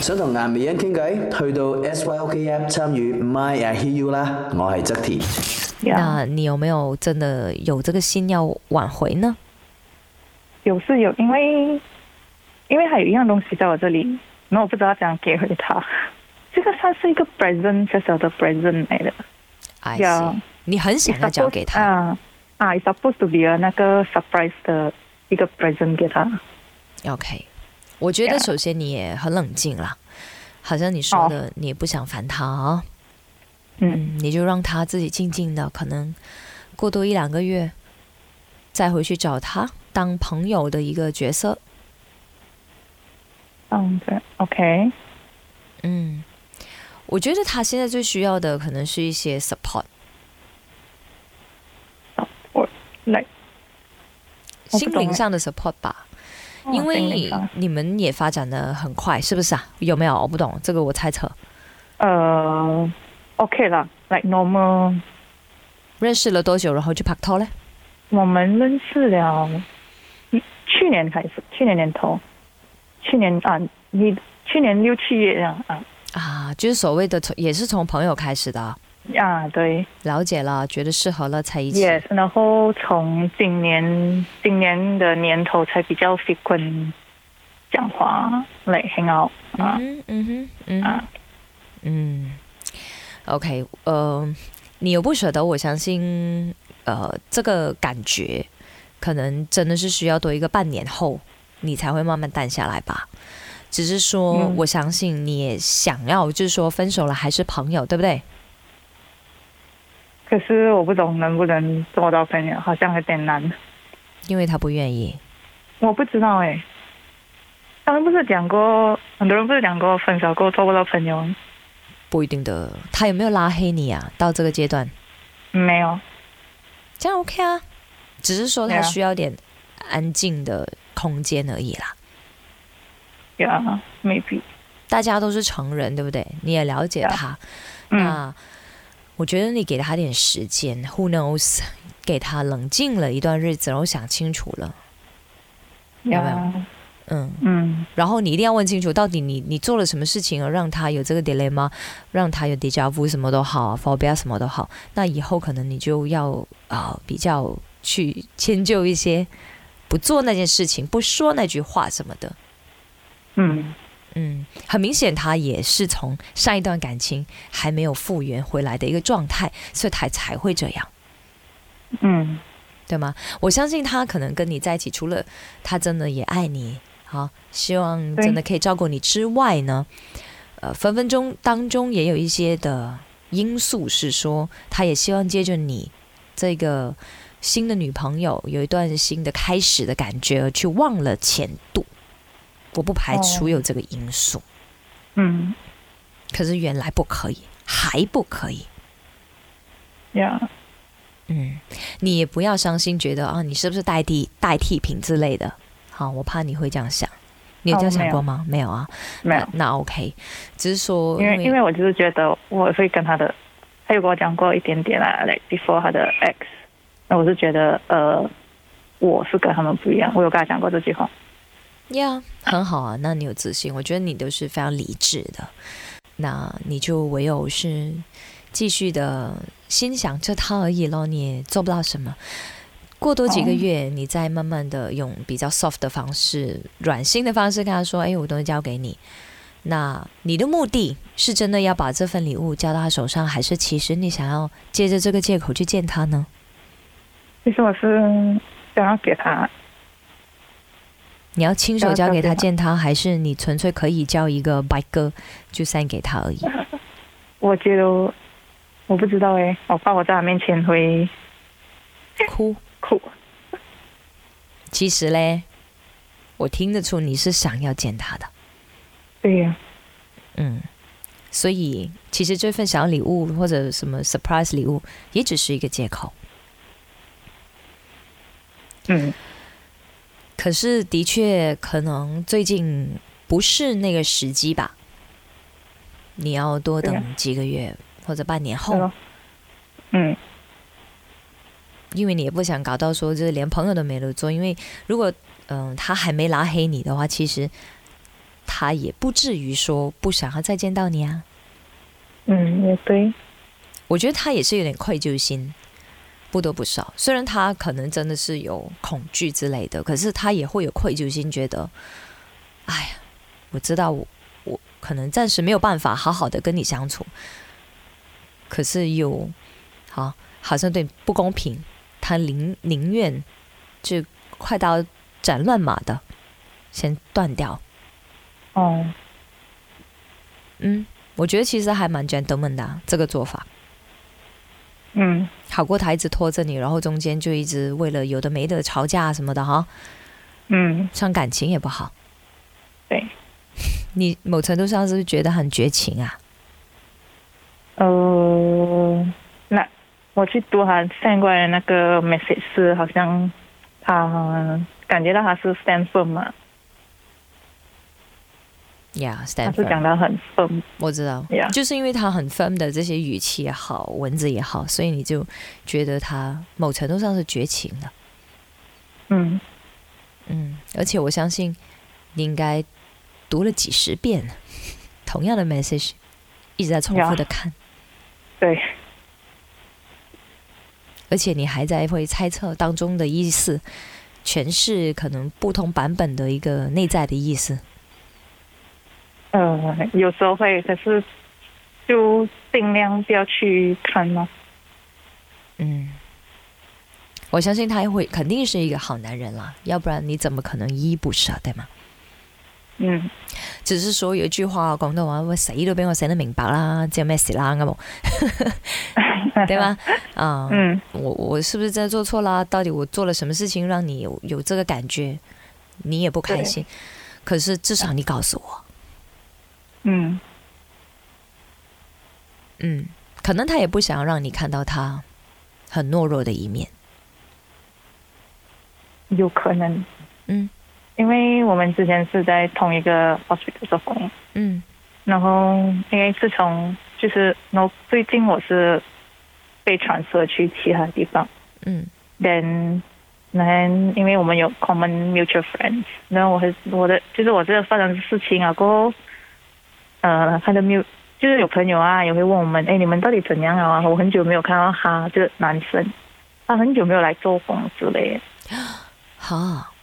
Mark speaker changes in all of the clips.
Speaker 1: 想同顏美欣傾偈，去到 SYOKM 參與 My I Hear You 啦，我係側田。
Speaker 2: 呀
Speaker 3: 那你有没有真的有这个心要挽回呢？
Speaker 2: 有是有，因为因为还有一样东西在我这里，然后我不知道怎样给回他。这个算是一个 present 小小的 present 来的，
Speaker 3: 哎，
Speaker 2: 呀
Speaker 3: 你很想要交给他，
Speaker 2: 啊啊，it's supposed to be a 那个 surprise 的一个 present 给他。嗯
Speaker 3: OK，我觉得
Speaker 2: Yeah
Speaker 3: 首先你也很冷静啦，好像你说的，你也不想烦他啊，
Speaker 2: 哦嗯，
Speaker 3: 嗯，你就让他自己静静的，可能过多一两个月再回去找他当朋友的一个角色，
Speaker 2: 嗯，对，OK，
Speaker 3: 嗯，我觉得他现在最需要的可能是一些 support，
Speaker 2: 我来，我不懂
Speaker 3: 心灵上的 support 吧，因
Speaker 2: 哦
Speaker 3: 为
Speaker 2: 行行
Speaker 3: 你们也发展的很快，是不是啊？有没有？我不懂，这个我猜测。
Speaker 2: 呃，OK 啦，like normal，
Speaker 3: 认识了多久，然后就拍拖嘞？
Speaker 2: 我们认识了，一去年开始，去年年头，去年啊，你去年六七月这样啊
Speaker 3: 啊，就是所谓的从也是从朋友开始的啊，
Speaker 2: 啊，对
Speaker 3: 了解了，觉得适合了才一起。
Speaker 2: ，yes，然后从今年今年的年头才比较 frequent 讲话来 hang out 啊，
Speaker 3: 嗯哼嗯哼嗯哼
Speaker 2: 啊
Speaker 3: 嗯，OK，呃，你有不舍得，我相信，呃，这个感觉可能真的是需要多一个半年后，你才会慢慢淡下来吧。只是说，
Speaker 2: 嗯
Speaker 3: 我相信你也想要，就是说分手了还是朋友，对不对？
Speaker 2: 可是我不懂能不能做到朋友，好像有点难。
Speaker 3: 因为他不愿意。
Speaker 2: 我不知道哎、他们不是讲过，很多人不是讲过分手过做不到朋友？
Speaker 3: 不一定的，他有没有拉黑你啊？到这个阶段，
Speaker 2: 没有，
Speaker 3: 这样 OK 啊，只是说
Speaker 2: 对
Speaker 3: 他
Speaker 2: 啊
Speaker 3: 需要点安静的空间而已啦。
Speaker 2: 呀、m a y b e
Speaker 3: 大家都是成人，对不对？你也了解
Speaker 2: Yeah
Speaker 3: 他，
Speaker 2: 嗯，
Speaker 3: 那我觉得你给他点时间，Who knows？给他冷静了一段日子，然后想清楚了，
Speaker 2: 呀、
Speaker 3: 嗯，
Speaker 2: 嗯，
Speaker 3: 然后你一定要问清楚，到底你你做了什么事情，让他有这个 delay 吗？让他有 deja vu 什么都好啊，phobia 什么都好，那以后可能你就要啊、呃比较去迁就一些，不做那件事情，不说那句话什么的。
Speaker 2: 嗯，
Speaker 3: 嗯，很明显，他也是从上一段感情还没有复原回来的一个状态，所以他才会这样，
Speaker 2: 嗯，
Speaker 3: 对吗？我相信他可能跟你在一起，除了他真的也爱你，好，希望
Speaker 2: 对
Speaker 3: 真的可以照顾你之外呢，呃，分分钟当中也有一些的因素是说，他也希望借着你这个新的女朋友有一段新的开始的感觉，而去忘了前度，我不排除
Speaker 2: 哦
Speaker 3: 有这个因素。
Speaker 2: 嗯，
Speaker 3: 可是原来不可以，还不可以。
Speaker 2: 呀、
Speaker 3: 嗯，你也不要伤心，觉得啊，你是不是代替代替品之类的？好，我怕你会这样想。你有这样想过吗？没有啊，
Speaker 2: 哦没有
Speaker 3: 那，那 OK，只是说，
Speaker 2: 因为因为我就是觉得我会跟他的，他有跟我讲过一点点啦，like before 他的 ex，那我是觉得呃，我是跟他们不一样，我有跟他讲过这句话，
Speaker 3: 呀很好啊，那你有自信，我觉得你都是非常理智的。那你就唯有是继续的心想着他而已咯，你也做不到什么。过多几个
Speaker 2: 哦
Speaker 3: 月，你再慢慢的用比较 soft 的方式、软性的方式跟他说：“哎，我东西交给你。”那你的目的是真的要把这份礼物交到他手上，还是其实你想要借着这个借口去见他呢？
Speaker 2: 其实我是想要给他，
Speaker 3: 你要亲手交
Speaker 2: 交
Speaker 3: 给他
Speaker 2: 给他
Speaker 3: 见他，还是你纯粹可以叫一个白哥就散给他而已？
Speaker 2: 我觉得我我不知道哎、我怕我在他面前会
Speaker 3: 哭。
Speaker 2: 哭。
Speaker 3: 其实嘞，我听得出你是想要见他的，
Speaker 2: 对呀、
Speaker 3: 嗯，所以其实这份小礼物或者什么 surprise 礼物，也只是一个借口。
Speaker 2: 嗯
Speaker 3: 可是的确，可能最近不是那个时机吧，你要多
Speaker 2: 对
Speaker 3: 等几个月或者半年，
Speaker 2: 对
Speaker 3: 后
Speaker 2: 咯，嗯
Speaker 3: 因为你也不想搞到说就是连朋友都没得做，因为如果嗯、他还没拉黑你的话，其实他也不至于说不想要再见到你啊。
Speaker 2: 嗯，也对，
Speaker 3: 我觉得他也是有点愧疚心，不多不少。虽然他可能真的是有恐惧之类的，可是他也会有愧疚心，觉得，哎呀，我知道我我可能暂时没有办法好好的跟你相处，可是又好好像对不公平，他宁宁愿就快刀斩乱麻的先断掉。
Speaker 2: 哦，
Speaker 3: 嗯，我觉得其实还蛮 gentleman 的啊、这个做法。
Speaker 2: 嗯
Speaker 3: 好过他一直拖着你，然后中间就一直为了有的没的吵架什么的哈，
Speaker 2: 嗯，
Speaker 3: 伤感情也不好。
Speaker 2: 对，
Speaker 3: 你某程度上是不是觉得很绝情啊？
Speaker 2: 呃，那我去读他 send 过来的那个 message 是好像他感觉到他是 stand firm 嘛，
Speaker 3: 呀、yeah,
Speaker 2: 他是讲
Speaker 3: ，Stanford，
Speaker 2: 到很 firm，
Speaker 3: 我知道
Speaker 2: Yeah
Speaker 3: 就是因为他很 firm 的这些语气也好，文字也好，所以你就觉得他某程度上是绝情的。
Speaker 2: 嗯
Speaker 3: 嗯，而且我相信你应该读了几十遍同样的 message，一直在重复的看。
Speaker 2: 对。
Speaker 3: 而且你还在会猜测当中的意思，诠释可能不同版本的一个内在的意思。
Speaker 2: 呃，有时候会，可是就尽量不要去看嘛，
Speaker 3: 嗯，我相信他也会肯定是一个好男人啦，要不然你怎么可能依依不舍对吗？
Speaker 2: 嗯
Speaker 3: 只是所有一句話講到話，喂死都俾我寫得明白啦，知有咩事啦咁 喎，對吧？啊、
Speaker 2: 嗯
Speaker 3: 我我是不是真的做錯啦？到底我做了什麼事情讓你有有这个感覺？你也不開心，可是至少你告訴我，
Speaker 2: 嗯
Speaker 3: 嗯，可能他也不想让你看到他很懦弱的一面，
Speaker 2: 有可能，
Speaker 3: 嗯
Speaker 2: 因为我们之前是在同一个 hospital 做工，
Speaker 3: 嗯
Speaker 2: 然后因为自从就是，然后最近我是被传射去其他地方
Speaker 3: 嗯
Speaker 2: ，then 然后因为我们有 common mutual friends，然后我还我的就是我这个发生的事情啊，过后，呃，他的 mu 就是有朋友啊也会问我们，哎，你们到底怎样啊？我很久没有看到他这个男生，他很久没有来做工之类的。
Speaker 3: 好，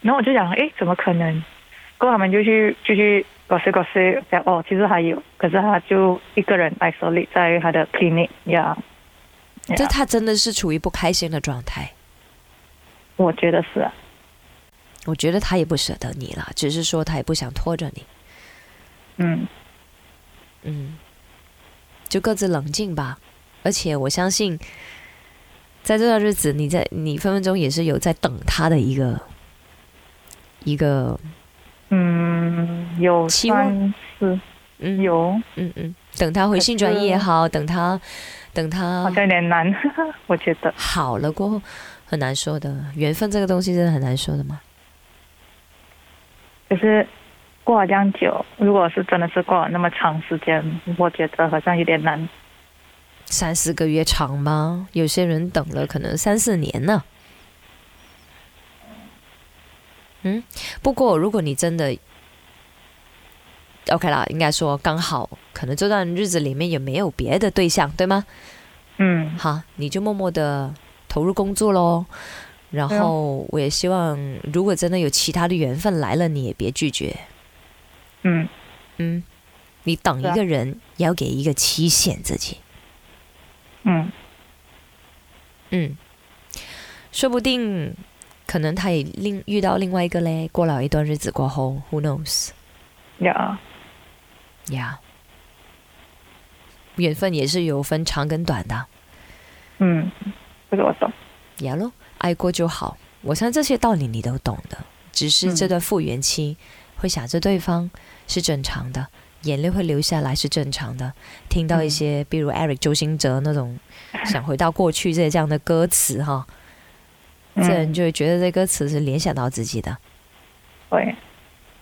Speaker 2: 然后我就想，诶，怎么可能？过后他们就去就去 gossip gossip，讲哦，其实还有，可是他就一个人 isolate 在他的 clinic 呀、yeah,
Speaker 3: 这他真的是处於不開心的狀態。
Speaker 2: 我觉得是、啊，
Speaker 3: 我覺得他也不捨得你啦，只是說他也不想拖着你。
Speaker 2: 嗯
Speaker 3: 嗯，就各自冷静吧。而且我相信，在这段日子，你在你分分钟也是有在等他的一个一个
Speaker 2: 嗯，有
Speaker 3: 期望
Speaker 2: 算是
Speaker 3: 嗯
Speaker 2: 有，
Speaker 3: 嗯嗯，等他回心转意也好，等他等
Speaker 2: 好
Speaker 3: 他
Speaker 2: 像有点难， 我觉得，
Speaker 3: 好了过后，很难说的。缘分这个东西真的很难说的嘛。
Speaker 2: 可是。过了这样久，如果是真的是过了那么长时间，我觉得好像有点难。
Speaker 3: 三四个月长吗？有些人等了可能三四年呢。嗯，不过如果你真的 OK 啦，应该说刚好，可能这段日子里面也没有别的对象，对吗？
Speaker 2: 嗯
Speaker 3: 好，你就默默的投入工作喽。然
Speaker 2: 对啊
Speaker 3: 后我也希望，如果真的有其他的缘分来了，你也别拒绝。
Speaker 2: 嗯，
Speaker 3: 嗯，你等
Speaker 2: 对
Speaker 3: 一
Speaker 2: 啊
Speaker 3: 个人，也要给一个期限自己。
Speaker 2: 嗯
Speaker 3: 嗯，说不定可能他也另遇到另外一个嘞。过了一段日子过后，Who knows
Speaker 2: 呀，
Speaker 3: 呀、缘分也是有分长跟短的，
Speaker 2: 嗯，这个我懂。
Speaker 3: 呀喽，爱过就好。我相信这些道理你都懂的，只是
Speaker 2: 嗯
Speaker 3: 这段复原期、会想着对方是正常的，眼泪会流下来是正常的。听到一
Speaker 2: 嗯
Speaker 3: 些、比如 Eric 周兴哲 那种想回到过去这这样的歌词哈，
Speaker 2: 嗯
Speaker 3: 这人就会觉得这歌词是联想到自己的。
Speaker 2: 对，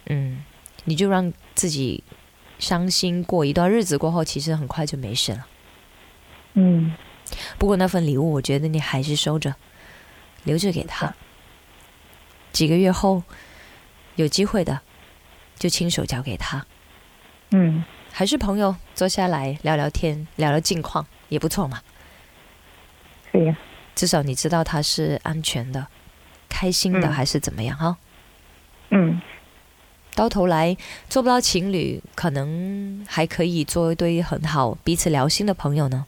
Speaker 3: 嗯，你就让自己伤心过一段日子过后，其实很快就没事了。
Speaker 2: 嗯
Speaker 3: 不过那份礼物，我觉得你还是收着，留着给他。几个月后有机会的，就亲手交给他。
Speaker 2: 嗯，
Speaker 3: 还是朋友坐下来聊聊天，聊聊近况也不错嘛。
Speaker 2: 可以啊，
Speaker 3: 至少你知道他是安全的、开心的，
Speaker 2: 嗯
Speaker 3: 还是怎么样哈、
Speaker 2: 嗯，
Speaker 3: 到头来做不到情侣，可能还可以做一堆很好彼此聊心的朋友呢，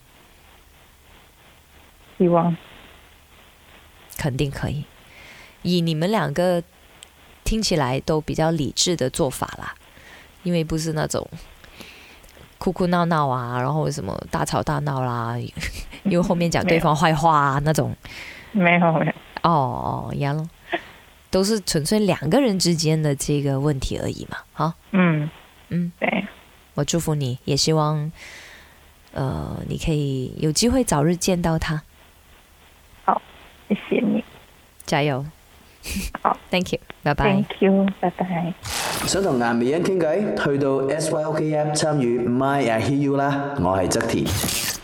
Speaker 2: 希望
Speaker 3: 肯定可以。以你们两个听起来都比较理智的做法啦，因为不是那种哭哭闹闹啊，然后什么大吵大闹啦， 因为后面讲对方坏话啊那种。
Speaker 2: 没有没有，
Speaker 3: 哦哦，一样咯，都是纯粹两个人之间的这个问题而已嘛。好、
Speaker 2: 嗯
Speaker 3: 嗯，
Speaker 2: 对，
Speaker 3: 我祝福你，也希望，呃，你可以有机会早日见到他，
Speaker 2: 谢谢你
Speaker 3: 加油！
Speaker 2: 好
Speaker 3: ，Thank you，拜拜。
Speaker 2: ，Thank you，拜拜。
Speaker 1: 想同顏美欣傾偈，去到 SYOK App 參與 My I Hear You 啦，我係側田。